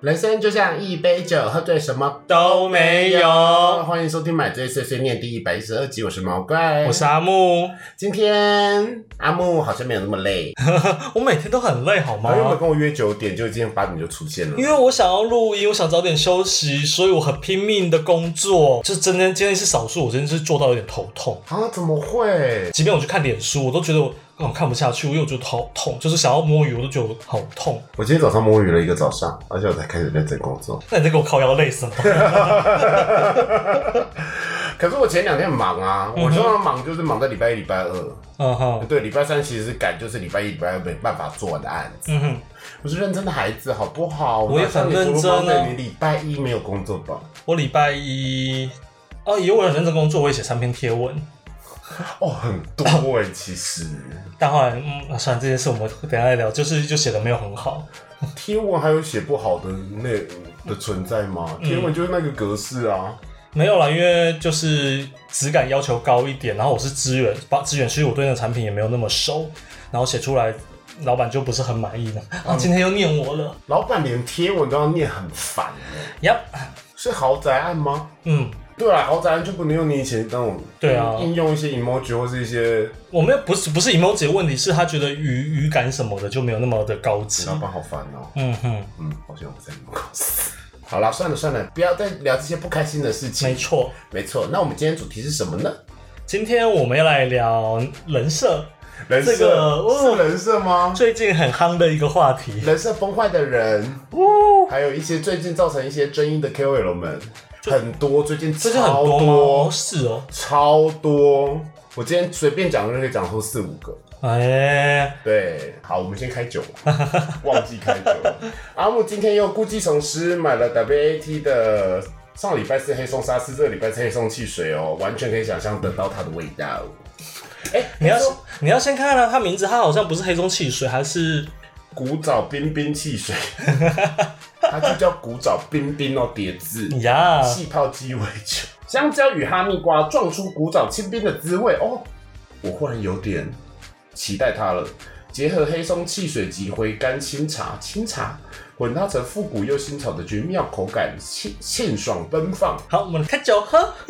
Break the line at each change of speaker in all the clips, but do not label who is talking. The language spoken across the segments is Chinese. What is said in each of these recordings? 人生就像一杯酒，喝醉什么
都没有。
欢迎收听《买醉碎碎念》第一百一十二集，我是毛怪，
我是阿木，
今天阿木好像没有那么累，
我每天都很累，好吗
他？原本跟我约九点，就今天八点就出现了。
因为我想要录音，我想早点休息，所以我很拼命的工作。就真的今天是少数，我真的是做到有点头痛。
啊，怎么会？
即便我去看脸书，我都觉得我根本看不下去，因为我觉得头痛，就是想要摸鱼，我都觉得我好痛。
我今天早上摸鱼了一个早上，而且我才开始认真工作。
那你在给我靠腰累死了。
可是我前两天很忙啊，我通常忙就是忙在礼拜一、礼拜二，
嗯哼，
对，礼拜三其实是赶就是礼拜一、礼拜二没办法做完的案子。
嗯哼，
我是认真的孩子，好不好？
我也很
哪像
认真啊
你说妈的你礼拜一没有工作吧？
我礼拜一。哦，以我的认真工作，我也写三篇贴文，
哦，很多哎、其实
但后来，嗯，啊算了，这件事我们等一下再聊。就是就写的没有很好，
贴文还有写不好的内的存在吗？
嗯
贴文就是那个格式啊，
没有啦，因为就是质感要求高一点，然后我是资源，把资源，所以我对那个产品也没有那么熟，然后写出来，老板就不是很满意呢。 啊，今天又念我了
老板连贴文都要念，很烦哎、
呀，
是豪宅案吗？
嗯，
对啊，豪宅案就不能用你以前那种
对啊
应用一些 emoji 或是一些
我没有不是不是 emoji 的问题，是他觉得语语感什么的就没有那么的高级
老。板好烦哦、
嗯哼，
嗯，好像我在你们公司。 好啦，算了算了，不要再聊这些不开心的事情。
没错。
没错，那我们今天主题是什么呢？
今天我们要来聊人设，
人设、
这个哦
是人设吗？
最近很夯的一个话题。
人设崩坏的人，还有一些最近造成一些争议的 KOL 们，很多，最近
最近很
超
多吗？哦是哦，
超多。我今天随便讲就可以讲出四五个。
哎，
对，好，我们先开酒吧， 忘记开酒了。阿木今天又故技重施，买了 WAT 的上礼拜是黑松沙司，这个礼拜是黑松汽水哦，完全可以想象得到它的味道。哎、
你要
黑松
你要先看看啊他名字，他好像不是黑中汽水，还是
古早冰冰汽 水，它就叫古早冰冰哦，叠字。
呀
气泡鸡尾酒，香蕉与哈密瓜撞出古早清冰的滋味哦。我忽然有点期待它了。结合黑松汽水及回甘清茶，清茶混搭成复古又新潮的绝妙口感，清清爽奔放。
好，我们开酒喝。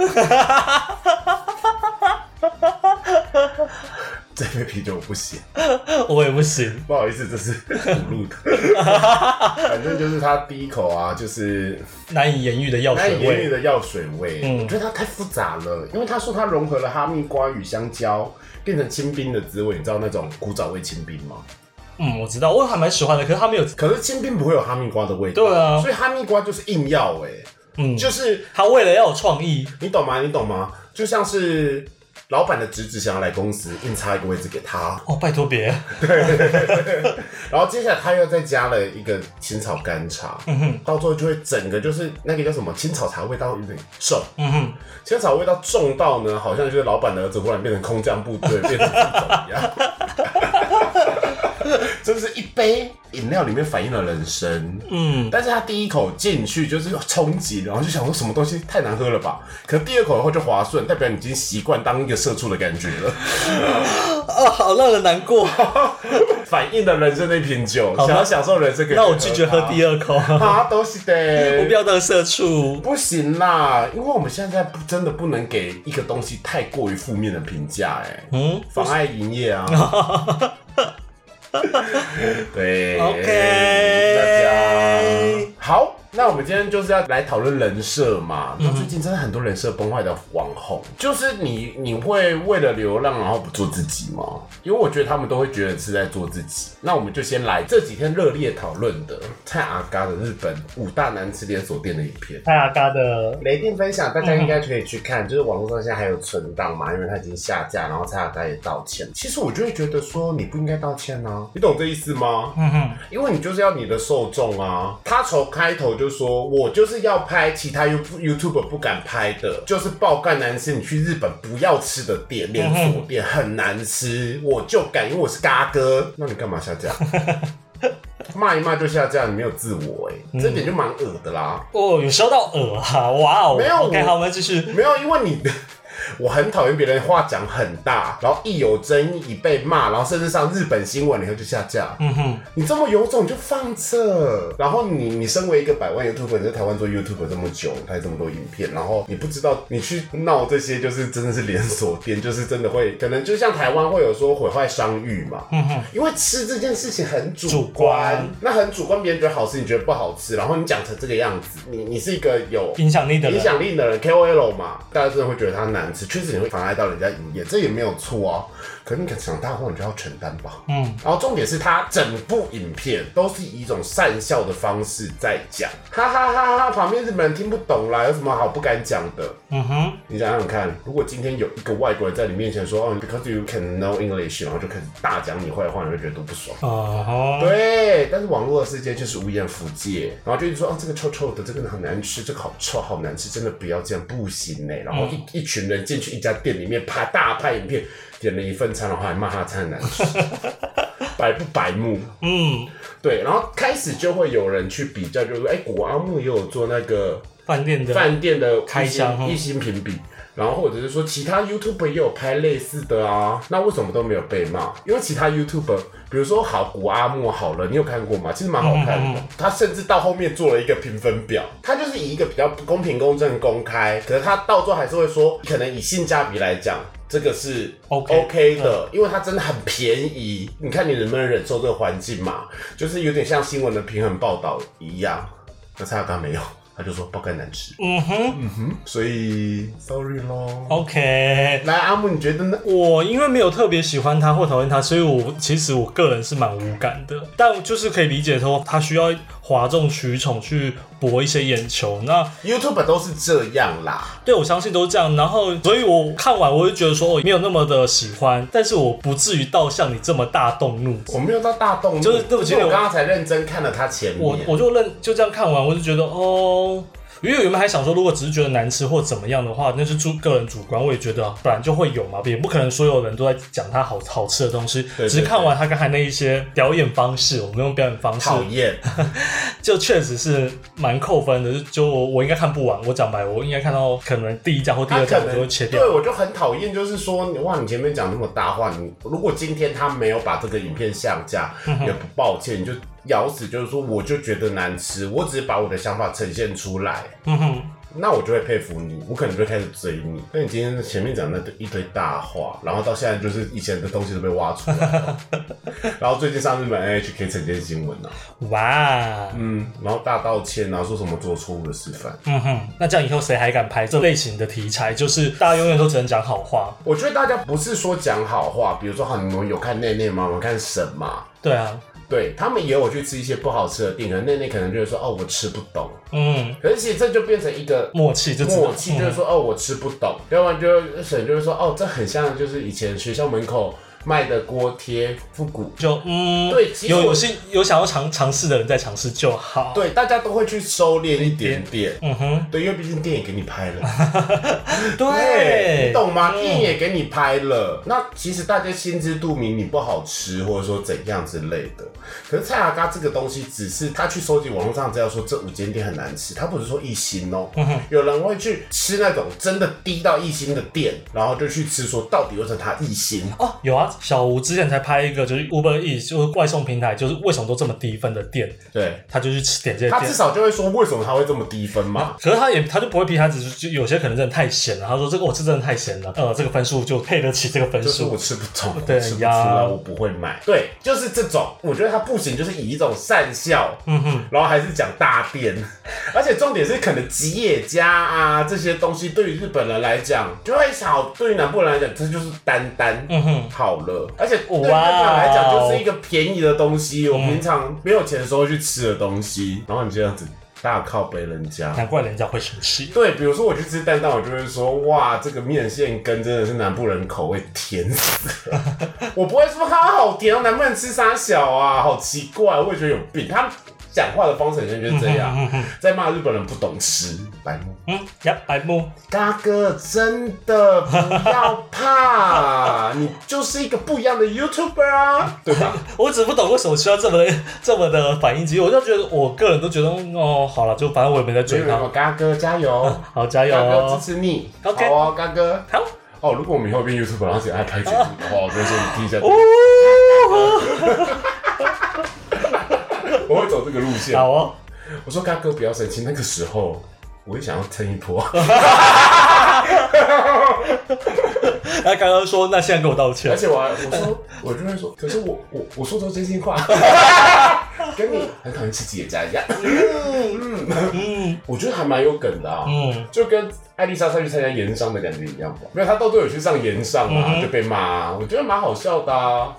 这杯啤酒我不行，
我也不行，
不好意思，这是 补录的。反正就是它第一口啊，就是
难以言喻的药
那
水
眼里
味。
的药水味，
嗯
我觉得它太复杂了，因为他说它融合了哈密瓜与香蕉，变成清冰的滋味，你知道那种古早味清冰吗？
嗯，我知道，我还蛮喜欢的，可是他没有，
可是清冰不会有哈密瓜的味道，
对啊
所以哈密瓜就是硬要哎、
嗯，
就是
他为了要有创意，
你懂吗？你懂吗？就像是老板的侄子想要来公司，硬插一个位置给他，
哦，拜托别，
然后接下来他又再加了一个青草干茶，
嗯哼，
到最后就会整个就是那个叫什么青草茶味道有点重，
嗯哼，
青草味道重到呢，好像就是老板的儿子忽然变成空降部队，变成副总一 样。真是一杯饮料里面反映了人生，
嗯，
但是他第一口进去就是冲击，然后就想说什么东西太难喝了吧？可第二口以后就滑顺，代表你已经习惯当一个社畜的感觉了，
啊，好让人难过。
反映了人生那瓶酒，想要享受人生可以去
那
它。
我拒绝喝第二口，我
啊，都是
不
的。
要当社畜。
不行啦，因为我们现在不真的不能给一个东西太过于负面的评价，哎，
嗯
妨碍营业啊。 对
OK
大家好。那我们今天就是要来讨论人设嘛。那最近真的很多人设崩坏的网红，就是你，你会为了流浪然后不做自己吗？因为我觉得他们都会觉得是在做自己。那我们就先来这几天热烈讨论的蔡阿嘎的日本五大难吃连锁店的影片。
太阿嘎的，
雷电分享，大家应该可以去看，就是网络上现在还有存档嘛，因为它已经下架，然后蔡雅达也道歉。其实我就会觉得说，你不应该道歉啊，你懂这意思吗？
嗯哼，
因为你就是要你的受众啊。他从开头就说，我就是要拍其他 You YouTube 不敢拍的，就是爆干难吃，你去日本不要吃的店，连锁店很难吃，我就敢，因为我是嘎哥。那你干嘛 下架？骂一骂就下架，你没有自我哎、这点就蛮恶的啦。
哦，有收到耳啊，哇哦
没有
，OK，
我
好，我们继续。
没有，因为你我很讨厌别人话讲很大，然后一有争议被骂，然后甚至上日本新闻，然后就下架。
嗯哼，
你这么有种就放这，然后你你身为一个百万 YouTube，你在台湾做 YouTube 这么久，拍这么多影片，然后你不知道你去闹这些，就是真的是连锁店，就是真的会可能就像台湾会有说毁坏商誉嘛，嗯哼，因为吃这件事情很主观，
主观
那很主观，别人觉得好吃，你觉得不好吃，然后你讲成这个样子，你你是一个有
影响力的
影
人，
响力的人 KOL 嘛，大家真的会觉得它难吃，确实你会妨碍到人家营业，这也没有错啊。可是你想大后，你就要承担吧。
嗯，
然后重点是他整部影片都是以一种善笑的方式在讲，哈哈哈哈！旁边日本人听不懂啦，有什么好不敢讲的？
嗯哼，
你想想看，如果今天有一个外国人在你面前说，哦，because you can know English，然后就开始大讲你坏话，你会觉得多不爽。
啊哈，
对，但是网络的世界就是无眼福界，然后就一直说啊，这个臭臭的，这个很难吃，这个好臭，好难吃，真的不要这样，不行呢。然后一、一群人进去一家店里面拍大拍影片，点了一份餐，然后还骂他餐难吃，白不白目？
嗯，
对，然后开始就会有人去比较，就是说，哎，古阿木也有做那个
饭店的，
饭店的
开箱哦
一星评比，然后或者是说其他 YouTube 也有拍类似的啊，那为什么都没有被骂？因为其他 YouTube，比如说好古阿莫好了，你有看过吗？其实蛮好
嗯
看的，他甚至到后面做了一个评分表，他就是以一个比较公平、公正、公开，可是他到最后还是会说，可能以性价比来讲。这个是
OK 嗯
OK 的，因为它真的很便宜。你看你能不能忍受这个环境嘛？就是有点像新闻的平衡报道一样。那蔡小刚没有，他就说爆肝难吃。
嗯哼
所以 sorry 咯。
，OK，
哦来，阿木，你觉得呢？
我因为没有特别喜欢他或讨厌他，所以我其实我个人是蛮无感的，但就是可以理解说他需要哗众取宠去博一些眼球。那
YouTube 都是这样啦，
对我相信都这样，然后所以我看完我就觉得说哦没有那么的喜欢，但是我不至于到像你这么大动怒。
我没有到大动怒，
就是对不起
因为我
我
刚刚才认真看了他前面，
我我就认就这样看完，我就觉得哦。因为我原本还想说，如果只是觉得难吃或怎么样的话，那是主个人主观。我也觉得本来就会有嘛，也不可能所有人都在讲它好好吃的东西。
对
只是看完他刚才那一些表演方式，我们用表演方式
讨厌，
就确实是蛮扣分的。就就我我应该看不完，我讲白，我应该看到可能第一家或第
他
二家
可
我就会
能
切掉
对。我就很讨厌，就是说，哇，你前面讲那么大话，你如果今天他没有把这个影片上架，也不抱歉，你就咬死，就是说，我就觉得难吃，我只是把我的想法呈现出来。
嗯哼，
那我就会佩服你，我可能就会开始追你。那你今天前面讲那一堆大话，然后到现在就是以前的东西都被挖出来了， 然后最近上日本 NHK 承接新闻啊，
哇，
嗯，然后大道歉，然后说什么做错误的示范。
嗯哼，那这样以后谁还敢拍这类型的题材？就是大家永远都只能讲好话。
我觉得大家不是说讲好话，比如说好，你们有看内内吗？我们看神嘛，
对啊，
对他们也有去吃一些不好吃的店，可能内内可能就会说哦，我吃不懂，
嗯，
可是其实这就变成一个
默契就知道嗯
默契就是说、哦，我吃不懂，要不然就沈就会说哦，这很像就是以前学校门口卖的锅贴复古。
就嗯，
对其实
有
我
有些有想要尝尝试的人在尝试就好。，
对，大家都会去收敛一点点，
嗯哼，
对，因为毕竟电影给你拍了，
对，嗯
你懂吗？电影也给你拍了，那其实大家心知肚明，你不好吃或者说怎样之类的。可是蔡阿嘎这个东西，只是他去收集网络上资料说这五间店很难吃，他不是说一星哦、
嗯
有人会去吃那种真的低到一星的店，然后就去吃说到底为什么它一星。
哦，有啊，小吴之前才拍一个，就是 Uber E，就是外送平台，就是为什么都这么低分的店，
对，
他就去吃点这些
他至
店。
少就会说为什么他会这么低分嘛。
可是他也他就不会批，他只是就有些可能真的太咸了。他说这个我是真的太咸了，呃，这个分数就配得起这个分
就是
数。
我吃不 懂，
对
我吃不出
呀
来，我不会买。对，就是这种，我觉得他不行，就是以一种善笑，嗯哼，然后还是讲大便， 而且重点是可能吉野家啊这些东西对于日本人来讲，就会想，对于南部人来讲，这就是单单，嗯哼，好了，而且对于日本人来讲
哇哦
就是一个便宜的东西，我平常没有钱的时候去吃的东西，然后你这样子大靠背人家，
难怪人家会生气。
对，比如说我去吃蛋蛋，我就会说哇，这个面线羹真的是南部人口味甜死了。 我不会说它好甜，哦，南部人吃沙小啊，好奇怪，我也觉得有病。他们讲话的方式很像就是这样，在骂日本人不懂吃，白目。
嗯，呀，白木，
大哥，真的不要怕，你就是一个不一样的 YouTuber 啊，对吧？
我只不懂为什么需要这么的这么的反应激烈，我就觉得我个人都觉得嗯哦，好了，就反正我也没在
所以
追
我
他。
嘎哥加油，
好，加油
嘎
哦！
哥支持你
OK
好哦，嘎哥。
好，
哦，如果我们以后变 YouTube，然后写爱拍解读的话，我就说你听一
哦
下，我会走这个路线。
好哦，
我说大哥不要生气，那个时候我也想要蹭一 波，
那刚刚说，那现在给我道
而
歉，
且我还我说我就会说，可是我我我说都真心 话，跟你很讨厌吃姐家一样，
嗯
我觉得还蛮有梗的啊。
嗯，
就跟艾丽莎上去参加盐商的感觉一样吧，没有，她到最后有去上盐商啊，
嗯哼
就被骂、啊，我觉得蛮好笑的啊。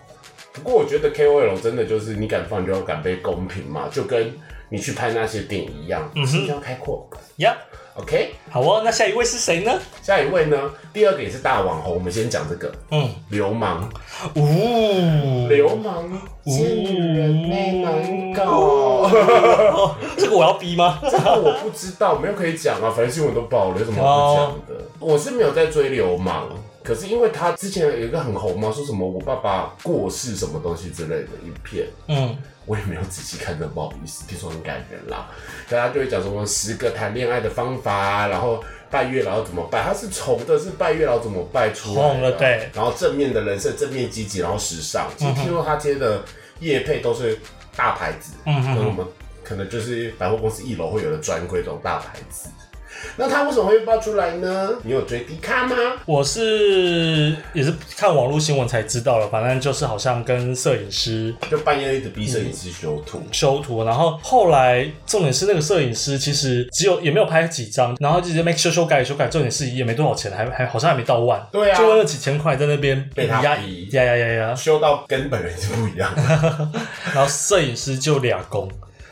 不过我觉得 KOL 真的就是你敢放，你就要敢被公平嘛，就跟你去拍那些电影一样，
嗯哼
心胸开阔。
呀，
OK，
好哦，那下一位是谁呢？
下一位呢，第二个也是大网红，我们先讲这个
嗯，
流氓，
呜，
流氓贱人没难搞，
哦，这个我要逼吗？
这个我不知道，没有可以讲啊，反正新闻都爆了，有什么好不讲的？我是没有在追流氓，可是因为他之前有一个很红嘛，说什么我爸爸过世什么东西之类的影片。
嗯
我也没有仔细看这不好意思，听说很感人啦。大家就会讲什么十个谈恋爱的方法啊，然后拜月老怎么拜，他是从的是拜月老怎么拜出来
红了
的，
对。
然后正面的人设，正面积极，然后时尚。其实听说他接的业配都是大牌子，
嗯哼
跟我们可能就是百货公司一楼会有的专柜这种大牌子。那他为什么会爆出来呢？你有追迪卡吗？
我是也是看网络新闻才知道了，反正就是好像跟摄影师
就半夜一直逼摄影师修图，
修图，然后后来重点是那个摄影师其实只有也没有拍几张，然后就直接 make 修修改修改，重点是也没多少钱，还还好像还没到万，
对啊
就为了几千块在那边
被他
压
逼
呀呀呀呀，
修到跟本人是不一样的。
然后摄影师就俩工。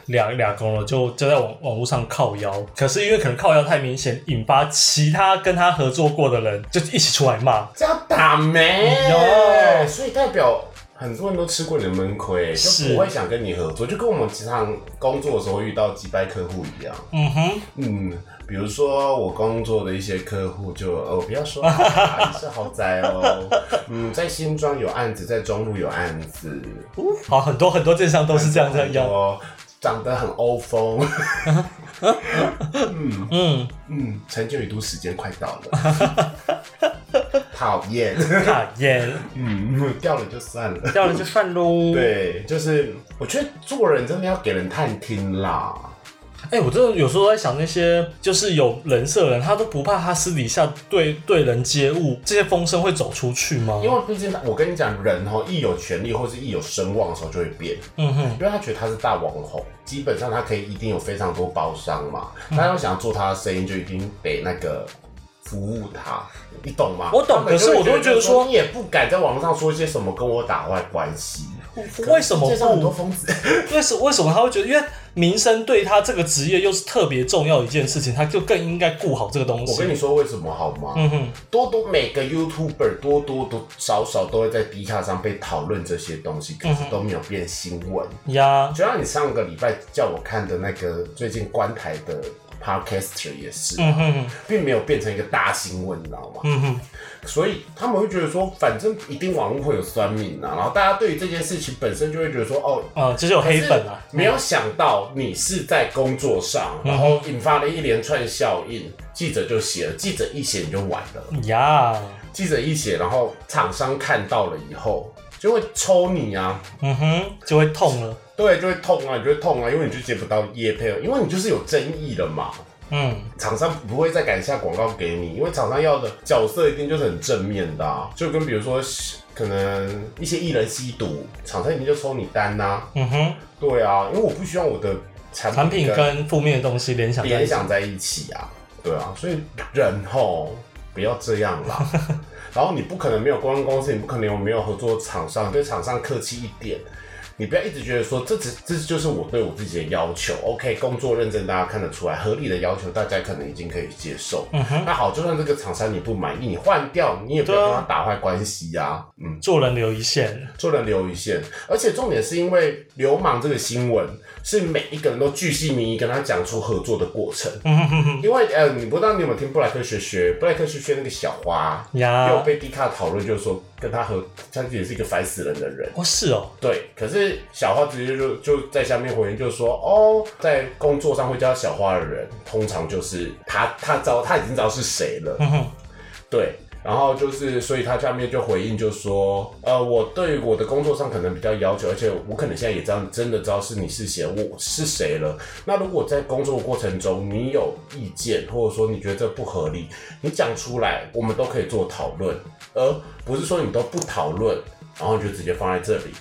俩俩工了，就就在网网络上靠腰，可是因为可能靠腰太明显，引发其他跟他合作过的人就一起出来骂，
这要打没
有
所以代表很多人都吃过你的闷亏，就是不会想跟你合作，就跟我们职场工作的时候遇到击败客户一样。
嗯哼，
嗯，比如说我工作的一些客户就，呃，我不要 说啊，你是豪宅哦，嗯，在新庄有案子，在中路有案子，
好，很多很多电商都是这样这样，
哦，长得很欧风，
嗯，
嗯，成就一度时间快到了， 讨厌，
卡烟
嗯，掉了就算了。
掉了就算喽。
对，就是我觉得做人真的要给人探听啦。
哎、我真的有时候在想，那些就是有人设的人，他都不怕他私底下对对人接物，这些风声会走出去吗？
因为毕竟我跟你讲，人哦，一有权利或是一有声望的时候就会变，
嗯哼，
因为他觉得他是大网红，基本上他可以一定有非常多包商嘛，
嗯
他要想做他的生意，就一定得那个服务他，你懂吗？
我懂
他们就
可是我都
会
会觉得说
你也不敢在网络上说一些什么跟我打坏关系，
为什么
世界上很多
不？
疯子？
为什为什么他会觉得？因为民生对他这个职业又是特别重要的一件事情，他就更应该顾好这个东
我跟
西。
你说为什么好吗？
嗯哼，
多多每个 YouTuber 多多多少少都会在 D 卡上被讨论这些东西，可是都没有变新闻。
嗯呀，
就像你上个礼拜叫我看的那个最近观台的 Podcaster 也是，
嗯哼，
并没有变成一个大新闻，你知道吗？
嗯哼，
所以他们会觉得说，反正一定网络会有酸民啊，然后大家对于这件事情本身就会觉得说，哦。
啊，这就有黑粉啊。嗯
没有想到你是在工作上，然后引发了一连串效应，记者就写了，记者一写你就完了。
呀，
记者一写，然后厂商看到了以后，就会抽你啊，
嗯哼，就会痛了。
对，就会痛啊，你就会痛啊，因为你就接不到业配了，啊因为你就是有争议了嘛。
嗯，
厂商不会再敢下广告给你，因为厂商要的角色一定就是很正面的、啊，就跟比如说可能一些艺人吸毒，厂商一定就抽你单呐、
嗯哼，
对啊，因为我不希望我的产
产
品
品
跟
跟负面的东西联想在
联
一起。
想在一起啊，对啊，所以人吼不要这样 啦。然后你不可能没有公关公司，你不可能有没有合作厂商，你对厂商客气一点，你不要一直觉得说这只这就是我对我自己的要求。OK，工作认真，大家看得出来，合理的要求大家可能已经可以接受。
嗯哼，
那好，就算这个厂商你不满意，你换掉，你也不要
对啊
跟他打坏关系呀、啊。嗯，
做人留一线。
做人留一线，而且重点是因为流氓这个新闻是每一个人都巨细靡遗跟他讲出合作的过程。
嗯哼哼
因为呃，你不知道你有没有听布莱克学学，布莱克学学那个小花，
哼，
又
呀，
被迪卡讨论，就是说跟他和他也是一个烦死人的人。
哦是哦，
对，可是小花直接就就在下面回应，就说哦，在工作上会叫小花的人，通常就是他，他知道他已经知道是谁了。
嗯哼，
对，然后就是，所以他下面就回应就说，呃，我对我的工作上可能比较要求，而且我可能现在也知道，真的知道是你是谁，我是谁了。那如果在工作过程中你有意见，或者说你觉得这不合理，你讲出来，我们都可以做讨论，而不是说你都不讨论，然后你就直接放在这里。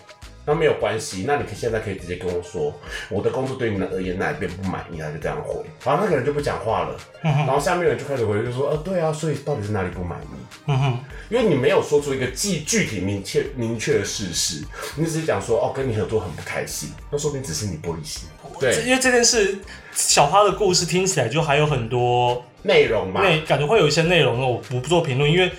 那没有关系，那你可以现在可以直接跟我说，我的工作对你们而言哪一边不满意，他就这样回，然后那个人就不讲话了，然后下面的人就开始回，就说，呃，对啊，所以到底是哪里不满意？
嗯哼，
因为你没有说出一个具具体明确明确的事实，你只是讲说哦，跟你合作很不开心，那说不定只是你玻璃心。
这
对，
因为这件事，小花的故事听起来就还有很多
内容嘛。
内，感觉会有一些内容，我不做评论，因为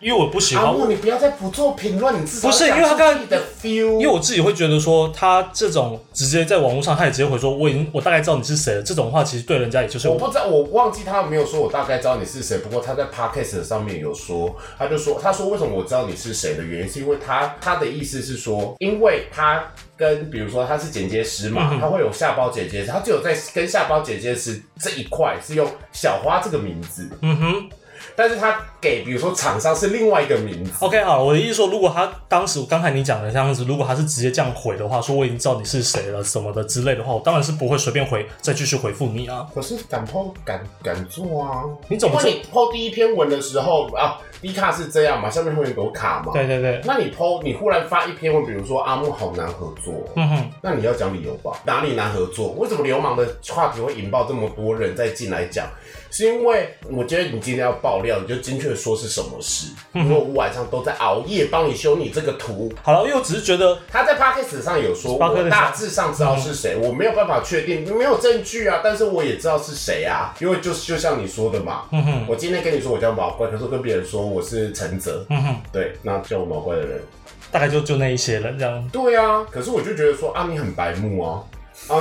因为我不喜欢
阿，木，你不要再不做评论，你至少
不是
讲
因为他
出
刚才
自己的 feel，
因为我自己会觉得说，他这种直接在网络上，他也直接回说，我已经我大概知道你是谁了。这种话其实对人家也就是
我不知道，我忘记他有没有说，我大概知道你是谁。不过他在 podcast 上面有说，他就说，他说为什么我知道你是谁的原因，是因为他他的意思是说，因为他跟比如说他是剪接师嘛，他会有下包剪接师，他只有在跟下包剪接师这一块是用小花这个名字，
嗯哼
但是他给比如说厂商是另外一个名字。
，OK 好，我的意思说，如果他当时刚才你讲的这样子，如果他是直接这样回的话，说我已经知道你是谁了什么的之类的话，我当然是不会随便回再继续回复你啊。
可是敢 PO 敢敢做啊！
你怎
因
么
为
做？
你 PO 第一篇文的时候啊，低卡是这样嘛，下面会有一朵卡嘛。
对对对，
那你 PO 你忽然发一篇文，比如说阿木好难合作哦、
嗯哼，
那你要讲理由吧？哪里难合作？为什么流氓的话题会引爆这么多人再进来讲？是因为我觉得你今天要爆料，你就精确说是什么事。
嗯
因为我晚上都在熬夜帮你修你这个图。
好了，因为我只是觉得
他在 podcast 上有说，
Podcast 嗯
我大致上知道是谁，我没有办法确定，没有证据啊，但是我也知道是谁啊，因为就是就像你说的嘛，
嗯
我今天跟你说我叫毛怪，可是我跟别人说我是陈泽，对，那叫我毛怪的人
嗯大概就就那一些人这样。
对啊，可是我就觉得说啊，你很白目啊，啊，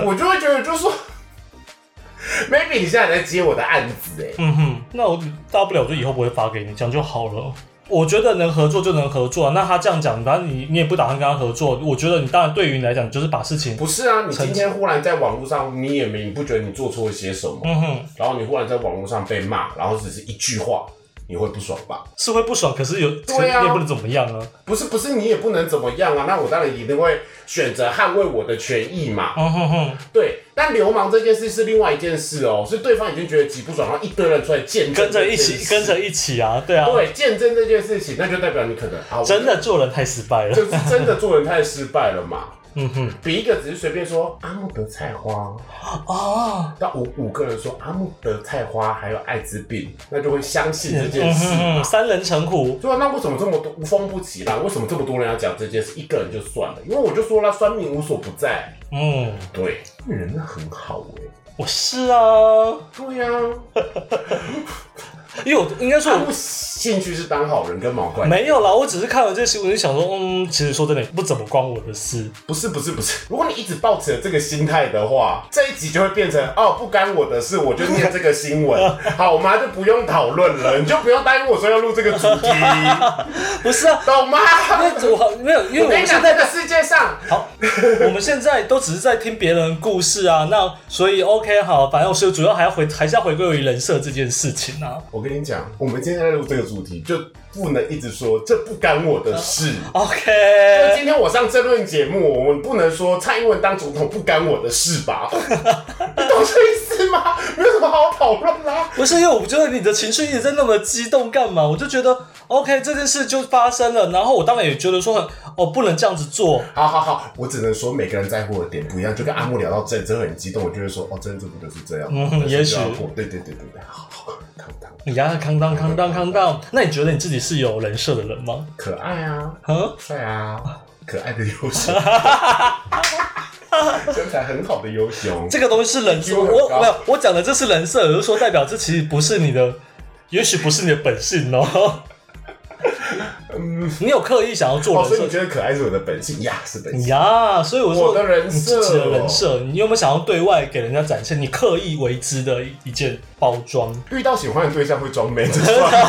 我就会觉得就是说 ，maybe 你现在在接我的案子哎、
嗯哼，那我大不了就以后不会发给你，这样就好了。我觉得能合作就能合作啊。那他这样讲，反正你你也不打算跟他合作，我觉得你当然对于你来讲，你就是把事情，
不是啊，你今天忽然在网络上，你也没你不觉得你做错了些什么，
嗯哼。
然后你忽然在网络上被骂，然后只是一句话，你会不爽吧？
是会不爽，可是有
对啊
可是你也不能怎么样啊。
不是不是，你也不能怎么样啊。那我当然一定会选择捍卫我的权益嘛。
嗯哼哼，
对，但流氓这件事是另外一件事哦，是对方已经觉得极不爽，然后一堆人出来见证
跟着一
这件
起
事
跟着一起啊，对啊，
对见证这件事情，那就代表你可能啊，我
真的做人太失败了。
就是真的做人太失败了嘛。
嗯哼，
比一个只是随便说阿木得菜花，
哦，
到五五个人说阿木得菜花还有艾滋病，那就会相信这件
嗯
事。
哼哼，三人成虎，
对啊，那为什么这么多无风不起浪？为什么这么多人要讲这件事？一个人就算了，因为我就说了，酸民无所不在。
嗯，
对，这人真的很好哎、
我是啊，
对呀、啊，
因为我应该说
他
我
不兴趣是当好人跟毛怪。
没有啦，我只是看了这新闻就想说，嗯，其实说真的不怎么关我的事。
不是不是不是，如果你一直抱持这个心态的话，这一集就会变成哦，不干我的事，我就念这个新闻。 好，我们就不用讨论了，你就不用答应我说要录这个主 题，
不是啊，
懂吗？
因为我没有，因为
我
我
跟你
们
讲，这
现在
个世界上
好，我们现在都只是在听别人的故事啊，那所以 OK 好，反正我是主要还要回还是要回归于人设这件事情啊。
我跟你讲，我们今天在录这个主题，就不能一直说这不干我的 事。
OK，
就是今天我上这论节目，我们不能说蔡英文当总统不干我的事 吧？你懂这意思吗？没有什么好讨论啦。
不是因为我觉得你的情绪一直在那么激动干嘛？我就觉得 OK 这件事就发生了，然后我当然也觉得说很哦不能这样子做，
好好好，我只能说每个人在乎的点不一样。就跟阿木聊到政治会很激动，我就会说哦，政治不就是这样？
嗯也许
政治就要过对对对对对，好好好，康康
你让他扛当扛当扛当。那你觉得你自己是有人设的人吗？
可爱啊，
嗯，
帅啊，可爱的优 秀，身材很好的优雄。
这个东西是人设，
你
我
比我很高
没有我讲的这是人设，我就说代表这其实不是你的，也许不是你的本性哦。嗯，你有刻意想要做
哦，
人
所以你
设。
觉得可爱是我的本性呀？是本性。
呀，啊所以我说
我的人设哦
你自己的人设，你有没有想要对外给人家展现你刻意为之的一一件包装？
遇到喜欢的对象会装妹，这 算吗？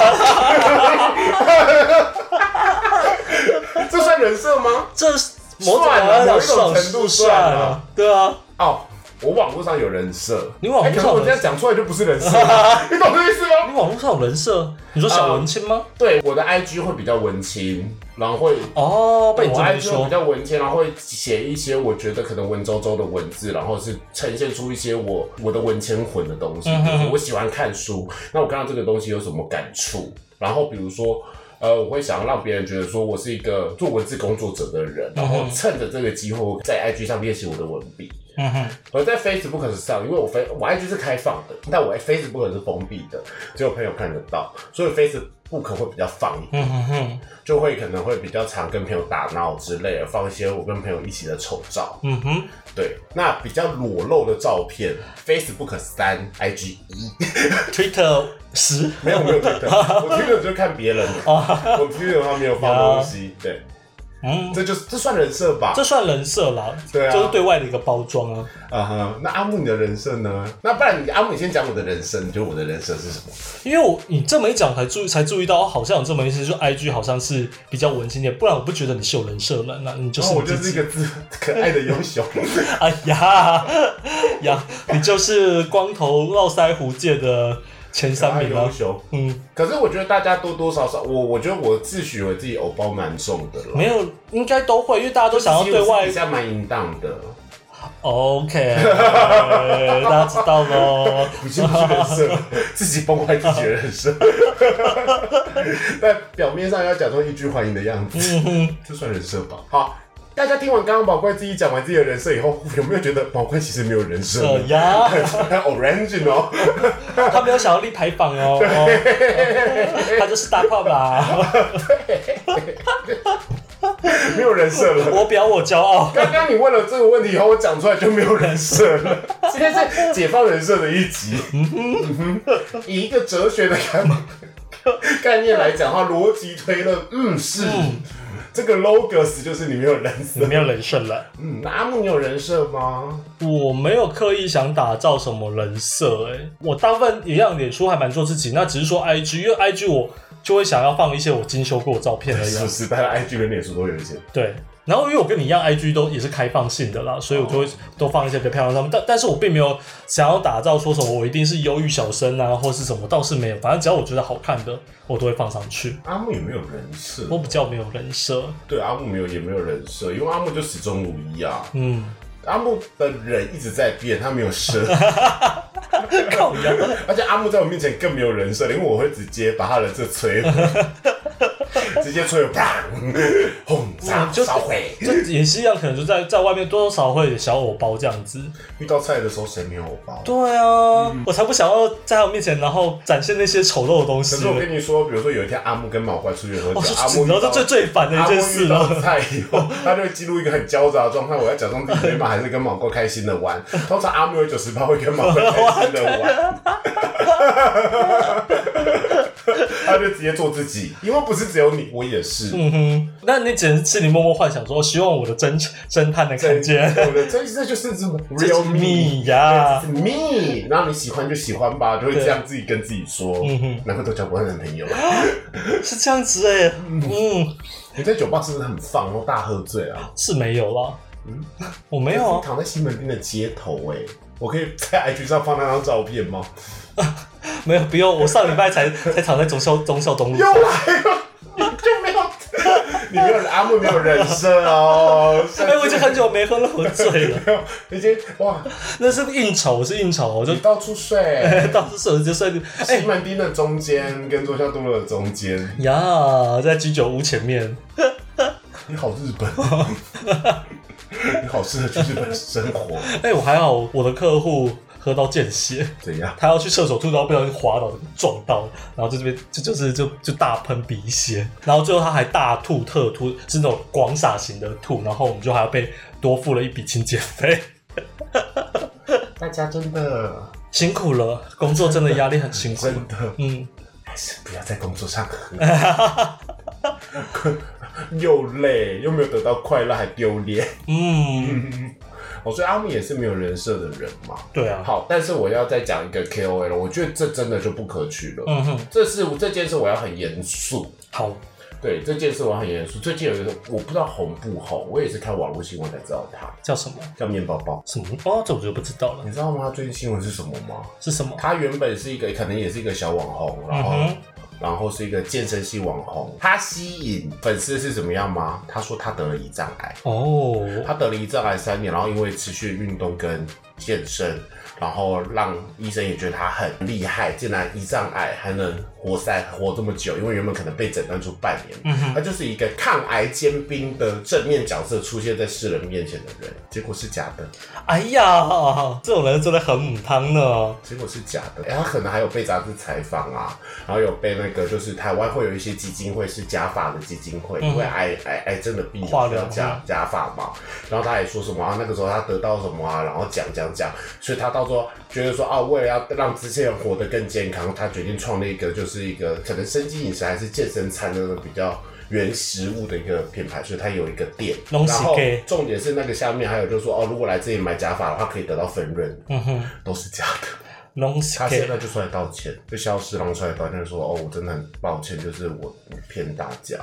这算人设吗？
这是某种程度上啊
算了某一种程度算了
算了，对啊，
哦，我网络上有人设，
你网络上
哎可是我
有人设
这样讲出来就不是人设了， 你懂这意思吗？
你网络上有人设，你说小文青吗？
对，我的 IG 会比较文青，然后会。
哦，被你
嗯我
这么
IG
一
会
说
比，较文青，然后会写一些我觉得可能文绉绉的文字，然后是呈现出一些我我的文青魂的东
嗯
西。比如说我喜欢看书，那我看到这个东西有什么感触？然后比如说，呃，我会想要让别人觉得说我是一个做文字工作者的人，然后趁着这个机会在 IG 上练习我的文笔。
嗯哼，
而在 Facebook 上，因为我 Face 我 IG 是开放的，但我 Facebook 是封闭的，只有朋友看得到，所以 Facebook 会比较放一点，
嗯哼哼，
就会可能会比较常跟朋友打闹之类的，放一些我跟朋友一起的丑照。
嗯哼，
对，那比较裸露的照片，Facebook 三，IG 一，
Twitter 十
没有没有 Twitter，我 Twitter 就看 别人的，
哦
我 Twitter 的话没有放东西。对，
嗯，
这就是这算人设吧？
这算人设啦，
对啊
就是对外的一个包装啊。
啊哈，那阿木你的人设呢？那不然你阿木你先讲我的人设，你觉得我的人设是什么？
因为我你这么一讲，才注才注意到，哦好像有这么一些，就 IG 好像是比较文青点，不然我不觉得你是有人设的，那你就
然
是
后哦我
你
就
自
是一
己。
个自可爱的优 雄，
哎呀 呀，你就是光头络腮胡界的 前
可
三
爱
名
优
啊。
雄。
嗯，
可是我觉得大家多多少少，我我觉得我自诩为自己偶包蛮重的了，
没有，应该都会，因为大家都想要对外
一。下蛮淫荡的，
OK，大家知道喽。
不是不是人设，自己崩坏自己的人设，但表面上要假装一句欢迎的样子，这算人设吧？好。大家听完刚刚宝怪自己讲完自己的人设以后，有没有觉得宝怪其实没有人设
呃
呢？
呀，
Orange 哦，
他没有想要立牌坊哦，哦他就是大炮吧。
没有人设了。
我表我骄傲。
刚刚你问了这个问题以后，我讲出来就没有人设了。 今天是解放人设的一集，嗯哼 以一个哲学的概念概念来讲的话，逻辑推论，嗯，是。这个 logos 就是你没有人设，
你没有人设了。
嗯，那阿木你有人设吗？
我没有刻意想打造什么人设，哎，我大部分一样，脸书还蛮做自己，那只是说 IG，因为 IG 我就会想要放一些我精修过的照片而 已
是
啊
不。是？大家 IG 跟脸书都有一些，
对，然后因为我跟你一样，IG 都也是开放性的啦，所以我就会都放一些比较漂亮的照片，但但是我并没有想要打造说什么我一定是忧郁小生啊，或是什么，倒是没有，反正只要我觉得好看的，我都会放上去。
阿木也没有人设，
我比较没有人设，
对阿木没有也没有人设，因为阿木就始终如一啊。
嗯，
阿木的人一直在变，他没有设。
靠你啊，
而且阿木在我面前更没有人设，因为我会直接把他人设摧毁， 直接摧毁，啪，轰炸
就
烧毁。
就也是一样，可能就在在外面多多少少会有小偶包这样子。
遇到菜的时候谁没有偶包？
对啊，
嗯
我才不想要在他们面前，然后展现那些丑陋的东
可
西
是我
呢。
跟你说，比如说有一天阿木跟毛怪出去喝酒
哦，，
阿
就
木
你知道
遇
这
到
最最烦的一
阿木
件事
遇
了。
到菜以后，他就会记录一个很焦躁的状态。我要假装自己没满，还是跟毛怪开心的 玩。通常阿木有九十八会跟毛怪开心的玩，他就直接做自己，因为不是只有你，我也是。
嗯哼，那你只能心里默默幻想说，希望我的侦侦探能看见
对对，这这就是这么 real me。
你呀。
me，然后你喜欢就喜欢吧，就会这样自己跟自己说，
嗯哼
难怪都交不到男朋友。
是这样子哎、嗯，
你在酒吧是不是很放，然后大喝醉啊？
是没有啦。
嗯
我没
没
有啊，
躺在西门町的街头哎、我可以在 IG 上放那张照片吗？
没有，不用。我上礼拜 才才躺在忠孝忠孝东路
又，来了，你就没有， 你没有阿木没有人设哦。
哎、我已经很久没喝了，喝 醉了。
没有，已经哇，
那是应酬，是应酬，我哦就，
你到处睡
到处手就睡。哎、
西门町的中间跟中孝东路的中间，
呀，在居酒屋前面。
你好日 本，你好适合去日本生活。
哎、我还好，我的客户喝到见血，
怎样？
他要去厕所吐，然后不小心滑倒撞到，然后就这边就就是就就大喷鼻血，然后最后他还大吐特吐，是那种广撒型的吐，然后我们就还要被多付了一笔清洁费，
大家真的
辛苦了，工作真的压力很 辛苦。
真的
嗯，
还是不要在工作上喝，又累又没有得到快乐，还丢脸。
嗯，
我所以阿木也是没有人设的人嘛。
对啊，
好，但是我要再讲一个 KOL，我觉得这真的就不可取了。
嗯哼，
这是这件事我要很严肃。
好，
对这件事我很严肃。最近有一个我不知道红不红，我也是看网络新闻才知道他
叫什么
叫面包包。
什么哦，这我就不知道了
你知道吗？他最近新闻是什么吗？
是什么。
他原本是一个可能也是一个小网红，然后、
嗯
然后是一个健身系网红。他吸引粉丝是怎么样吗？他说他得了胰脏癌，
哦，
他得了胰脏癌三年，然后因为持续运动跟健身，然后让医生也觉得他很厉害，竟然胰脏癌还能活塞活这么久，因为原本可能被诊断出半年。
嗯哼，
他就是一个抗癌尖兵的正面角色出现在世人面前的人，结果是假的，
哎呀，这种人真的很母汤呢。
结果是假的。哎、他可能还有被杂志采访啊，然后有被那个就是台湾会有一些基金会是假发的基金会，因为癌癌癌症的病
嗯化
人
疗嗯
要假假发嘛。然后他也说什么啊，那个时候他得到什么啊，然后讲讲讲，所以他到时候觉得说啊，为了要让这些人活得更健康，他决定创立一个就是一个可能生机饮食还是健身餐那种比较。原食物的一个品牌，所以它有一个店，
拢
然
是
后
给
重点是那个下面还有就是说哦，如果来这里买假发的话，可以得到分润，
嗯哼，
都是假的。
龙是
他现
给
在就出来道歉，就消失，然后出来道歉说：“哦，我真的很抱歉，就是我骗大家。”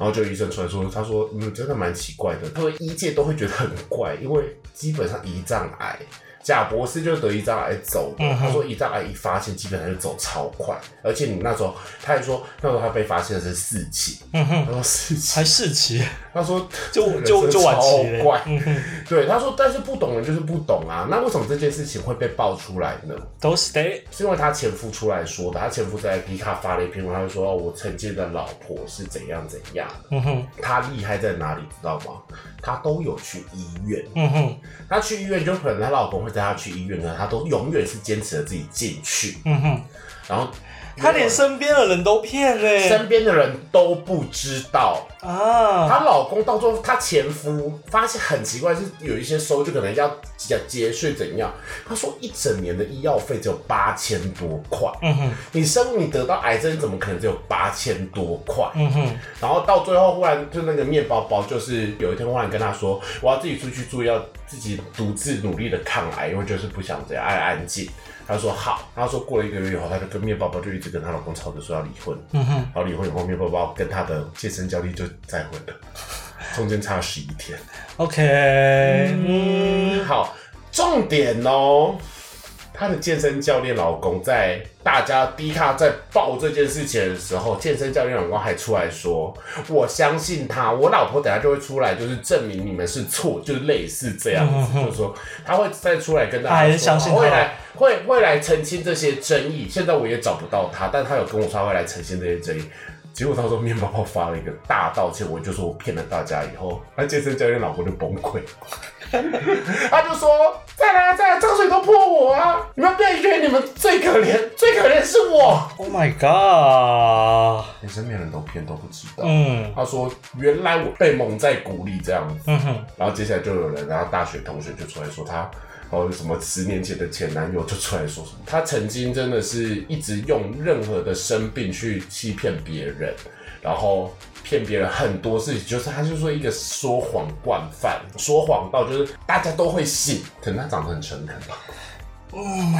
然后就医生出来说：“他说，嗯，真的蛮奇怪的。”他说医界都会觉得很怪，因为基本上胰脏癌，贾博士就是得胰脏癌走的。
嗯哼
他说胰脏癌一发现，基本上就走超快，而且你那时候，他还说那时候他被发现的是四期，
嗯哼，
他说四期，
还世 奇，
他说
就就就晚期
超怪
了，，嗯哼，
对，他说但是不懂人就是不懂啊，那为什么这件事情会被爆出来呢？
都是得
是因为他前夫出来说的，他前夫在 D 卡发了一篇文，他就说、哦我曾经的老婆是怎样怎样，
嗯哼，
他厉害在哪里，知道吗？他都有去医院，
嗯哼，
他去医院就可能他老公会带他去医院，可能他都永远是坚持着自己进去，
嗯哼，
然后
他连身边的人都骗嘞、
身边的人都不知道，
啊！
她老公到最后，她前夫发现很奇怪，是有一些收据可能要结节税怎样？他说一整年的医药费只有八千多块，
嗯哼，
你生你得到癌症，怎么可能只有八千多块？
嗯哼，
然后到最后，忽然就那个面包包，就是有一天忽然跟他说，我要自己出去住，要自己独自努力的抗癌，因为就是不想这样爱安静。他说好，他说过了一个月以后，他就跟面包包就一直跟她老公吵着说要离婚。
嗯哼，
然后离婚以后，面包包跟她的健身教练就再婚了，中间差了十一天。
，OK，嗯，
好，重点哦，她的健身教练老公在大家低卡在爆这件事情的时候，健身教练老公还出来说：“我相信他，我老婆等下就会出来，就是证明你们是错，就是类似这样子，就是说他会再出来跟大
他还
家
是相信
说，哦
他
未来会会来澄清这些争议。现在我也找不到他，但他有跟我说他会来澄清这些争议。”结果到时候面包包发了一个大道歉，我就说我骗了大家以后，那健身教练老婆就崩溃。他就说：“再来啊，再来，脏水都泼我啊！你们被冤，你们最可怜，最可怜是我。
，Oh my God，
你身边人都骗都不知道。
嗯，
他说：“原来我被蒙在鼓里这样子。
嗯哼，”
然后接下来就有人，然后大学同学就出来说他。哦，什么十年前的前男友就出来说什么，他曾经真的是一直用任何的生病去欺骗别人，然后骗别人很多事情，就是他就说一个说谎惯犯，说谎到就是大家都会信，可能他长得很诚恳吧。
嗯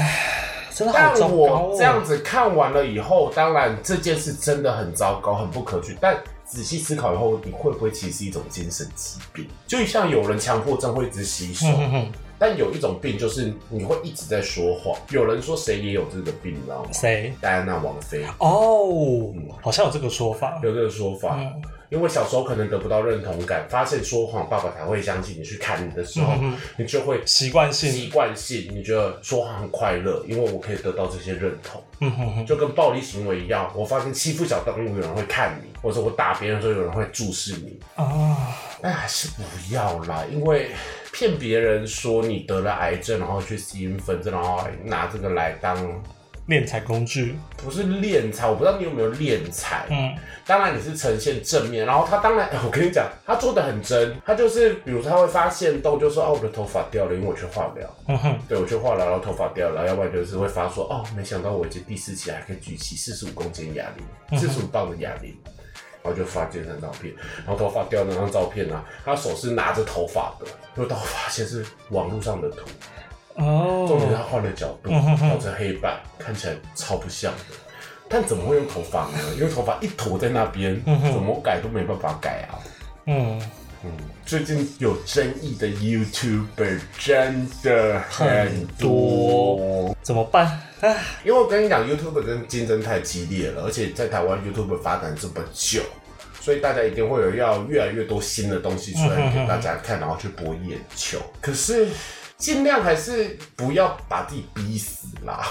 真的好
但
糟糕、
我
哦，
这样子看完了以后，当然这件事真的很糟糕，很不可取。但仔细思考以后，你会不会其实是一种精神疾病？就像有人强迫症会一直洗手，
嗯哼哼，
但有一种病就是你会一直在说谎。有人说谁也有这个病，你知道吗？
谁？
戴安娜王妃
哦，好像有这个说法，
有这个说法。
嗯
因为小时候可能得不到认同感，发现说谎，爸爸才会相信你。去砍你的时候，
嗯
你就会
习惯
习
性，
惯性，你觉得说谎很快乐，因为我可以得到这些认同。
嗯哼哼，
就跟暴力行为一样，我发现欺负小动物有人会看你，或者我打别人的时候有人会注视你，
啊，
但还是不要啦，因为骗别人说你得了癌症，然后去吸引粉症，然后还拿这个来当
敛财工具，
不是敛财，我不知道你有没有敛财，
嗯
当然你是呈现正面，然后他当然，哎我跟你讲，他做的很真，他就是比如他会发现痘，就说哦我的头发掉了，因为我去化疗，
嗯哼，
对，我去化疗，然后头发掉了，要不然就是会发说，哦，没想到我已经第四期还可以举起四十五公斤哑
嗯
铃，四十五磅的哑铃，然后就发健身照片，然后头发掉那张照片啊，他手是拿着头发的，就到发现是网络上的图，重点是他
哦，
换了角度，
嗯哼哼
调成黑白，看起来超不像的。但怎么会用头发呢？因为头发一坨在那边，怎么改都没办法改啊。
嗯，
最近有争议的 YouTuber 真的很多
多，怎么办？哎唉，
因为我跟你讲，YouTuber 跟竞争太激烈了，而且在台湾 YouTuber 发展这么久，所以大家一定会有要越来越多新的东西出来给大家看，然后去博眼球。可是尽量还是不要把自己逼死啦。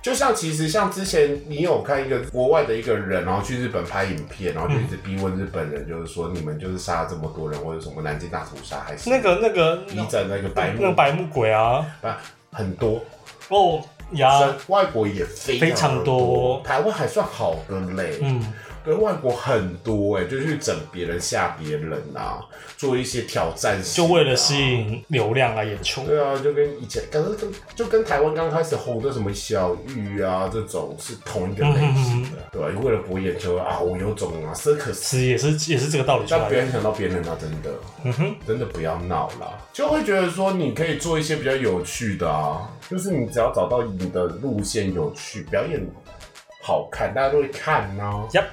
就像其实像之前你有看一个国外的一个人，然后去日本拍影片，然后就一直逼问日本人，就是说你们就是杀了这么多人，或者什么南京大屠杀还是
那个那个
逼着那个白
那个
目
白木鬼啊，
啊很多，
哦呀，
外国也非
非常
多
多，
台湾还算好的嘞。
嗯，
对，外国很多哎、就去整别人、吓别人啊，做一些挑战性
就
啊、
为了吸引流量啊眼球，
对啊，就跟以前，可是跟就跟台湾刚开始红的什么小玉啊这种是同一个类型
嗯
的，对吧、为了博眼球啊，我有种啊，circus，
其实也是也是这个道理出
但
来
不
的。
要影响到别人啊，真的，
嗯哼，
真的不要闹啦，就会觉得说你可以做一些比较有趣的啊，就是你只要找到你的路线有趣，表演好看，大家都会看呢、
呀，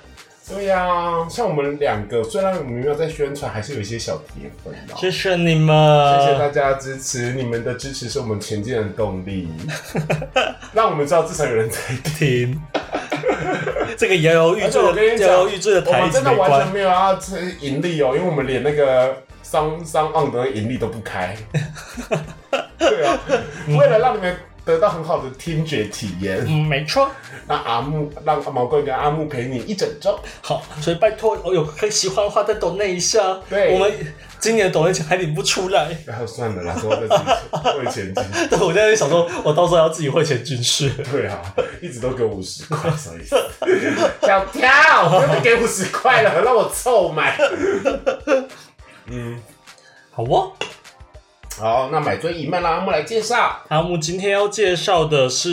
对呀、像我们两个，虽然我们没有在宣传，还是有一些小铁粉啊。
谢谢你
谢谢
们，
大家的支持，你们的支持是我们前进的动 力，让我们知道至少有人在听。
停。这个摇摇欲
而且
坠
哎我
的
跟你
摇摇
讲，
欲坠的
我
台
们
子
真的
没
完全
关，
没有要盈利哦，因为我们连那个商商 on 的盈利都不 开。对啊，为了让你们得到很好的听觉体验，
嗯，没错。
让阿木让毛哥跟阿木陪你一整周。
好，所以拜托，哦有喜欢的话再抖那一下。
对
我们今年抖那钱还领不出来。
然后算了啦，说自己为前进。
对，我现在想说，我到时候要自己汇钱进去。
对啊，一直都给我五十块，什么意 思？想跳，不要给五十块了，让我臭买。
好哦，
好，那买追一漫让阿木来介绍。
阿木今天要介绍的是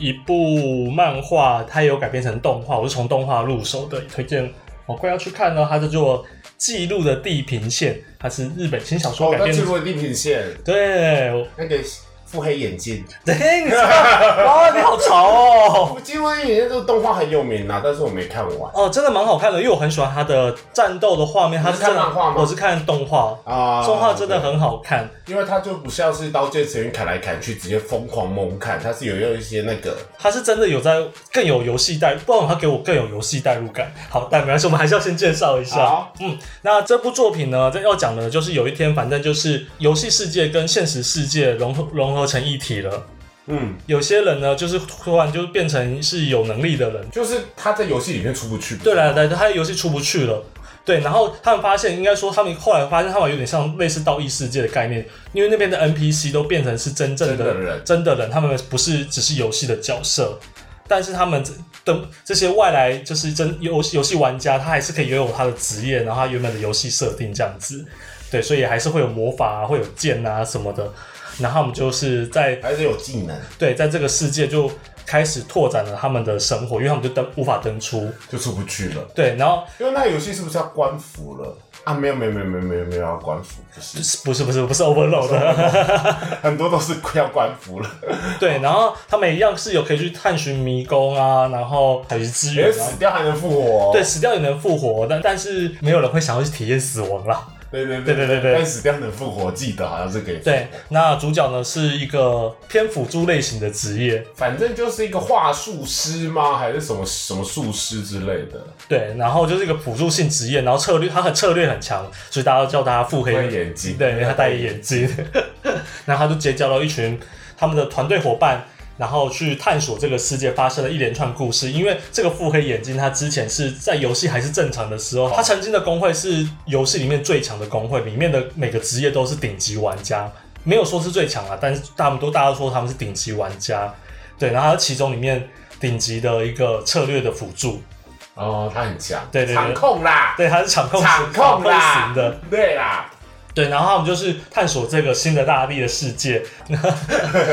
一部漫画，它有改编成动画，我是从动画入手的，也推荐我快要去看了。它叫做《记录的地平线》，它是日本轻小说
哦，
改
那
编
去
的。
过地平线，
对，我
那个腹黑眼镜，
对，你知道？哇，你好潮哦！
我记得眼镜这个动画很有名啊，但是我没看完
哦，真的蛮好看的，因为我很喜欢它的战斗的画面。它是真
你是
的
看漫画吗
我是看动画，
啊。
动画真的很好看。
对，因为它就不像是刀剑神域砍来砍去，直接疯狂猛砍，它是有用一些那个
它是真的有在更有游戏代入，不然它给我更有游戏代入感。好，但没关系，我们还是要先介绍一下。
好
嗯，那这部作品呢，这要讲的就是有一天，反正就是游戏世界跟现实世界融合融合成一体了。
嗯，
有些人呢，就是突然就变成是有能力的人，
就是他在游戏里面出不去。
对了，对，他的游戏出不去了。对，然后他们发现，应该说他们后来发现，他们有点像类似道异世界的概念，因为那边的 NPC 都变成是真正的
真的人
真的人他们不是只是游戏的角色，但是他们这的这些外来就是真游戏游戏玩家，他还是可以拥有他的职业，然后他原本的游戏设定这样子。对，所以还是会有魔法啊，会有剑啊什么的。然后他们就是在
还是有技能，
对在这个世界就开始拓展了他们的生活，因为他们就登无法登出。
就出不去了。
对，然后
因为那个游戏是不是要官服了啊？没有没有没有没有没有没有要官服，不是
不是不是不是 overload 的，
很多都是要官服了，
对，然后他们一样是有可以去探寻迷宫啊，然后还有资源
连
啊
死，掉还能复活、哦。
对，死掉也能复活，但但是没有人会想要去体验死亡啦。
对对
对对对对
但死掉能复活，记得好像是可以。，
对，那主角呢是一个偏辅助类型的职业，
反正就是一个话术师吗？还是什么什么术师之类的？
对，然后就是一个辅助性职业，然后策略他很策略很强，所以大家都叫他腹黑
戴眼镜
对，因为他戴眼镜， 然后他就结交了一群他们的团队伙伴，然后去探索这个世界发生的一连串故事。因为这个腹黑眼镜，他之前是在游戏还是正常的时候，他曾经的工会是游戏里面最强的工会，里面的每个职业都是顶级玩家，没有说是最强啊，但是他们都大家都说他们是顶级玩家。对，然后他是其中里面顶级的一个策略的辅助，
哦，他很强，
对对对
场控啦，
对，他是场控
场控
控
啦
型的。，
对啦，
对，然后他们就是探索这个新的大地的世界。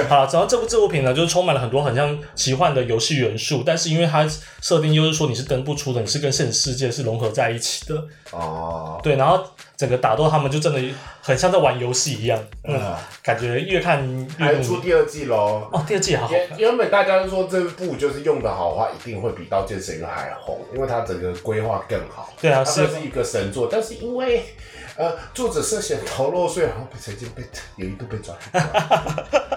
好，然后这部这部品呢，就是充满了很多很像奇幻的游戏元素，但是因为它设定又是说你是登不出的，你是跟现实世界是融合在一起的。
哦，
对，然后整个打斗他们就真的很像在玩游戏一样，嗯，
嗯
感觉越看越
还
入
出
迷。
第二季喽。
哦，第二季也好好看
原原本大家都说这部就是用的好的话，一定会比《刀剑神域》还红，因为它整个规划更好。
对啊
它
是
算是一个神作，但是因为呃作者涉嫌逃漏税，然后被曾经被有一度被抓去 关。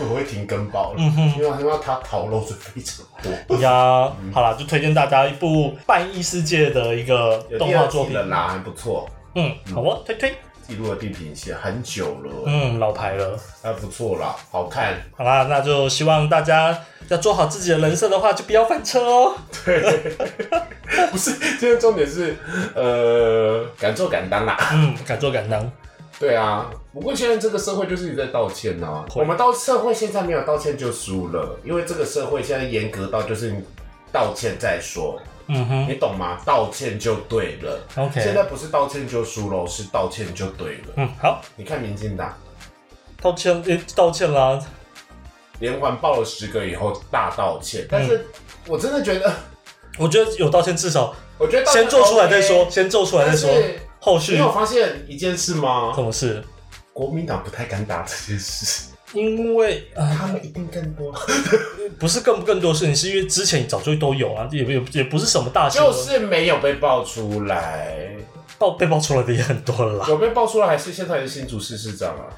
我会停更爆了，
嗯
因为因为他逃漏税非常多。
呀，好啦，就推荐大家一部半异世界的一个
有
动
第
画
二
作
季
品
了。啦，还不错，
嗯，好哦，推推，
记录了地平线很久了，
嗯，老牌了。
还不错啦，好看。
好啦，那就希望大家要做好自己的人设的话，就不要翻车哦。
不是，今天重点是呃敢做敢当啦。
嗯，敢做敢当。
对啊，不过现在这个社会就是一直在道歉啊。
会
我们到社会现在没有道歉就输了，因为这个社会现在严格到就是你道歉再说，
嗯哼
你懂吗？道歉就对了。现
，OK，
在不是道歉就输了，是道歉就对了。
嗯，好，
你看民进党
道歉，诶道歉啦。
连环爆了十个以后大道歉，但
嗯
是我真的觉得，
我觉得有道歉，至少
我觉得道歉
先做出来再
OK，
说，先做出来再
但
说。
是
后
你
续
有发现一件事吗
什？么事？
国民党不太敢打这件事，
因为啊、
他们一定更多。
不是更不更多的事情，是因为之前早就都有啊，也也也不是什么大新
就
闻，
是没有被爆出来，
爆被爆出来的也很多了啦。
有被爆出来还是现在的新竹市市长啊？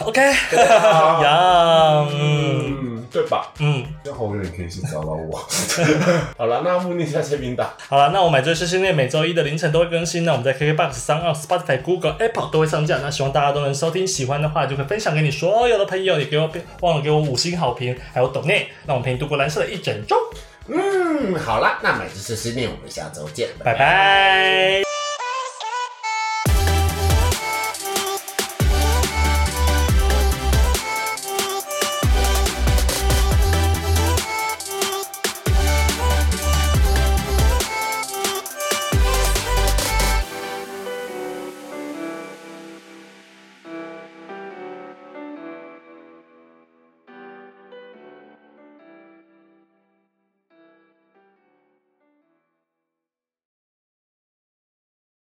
OK，
啊
呀，嗯
嗯，对吧？
嗯，
那侯友你可以去找到我。 好了，那目逆下签名档，
好了，那我买醉碎碎念每周一的凌晨都会更新，那我们在 KKBox、上 o Spotify、Google、Apple 都会上架，那希望大家都能收听，喜欢的话就可以分享给你所有的朋友，也给我忘了给我五星好评，还有抖内，让我们陪你度过蓝色的一整周，
嗯，好了，那买这次思念，我们下周见，拜
拜拜。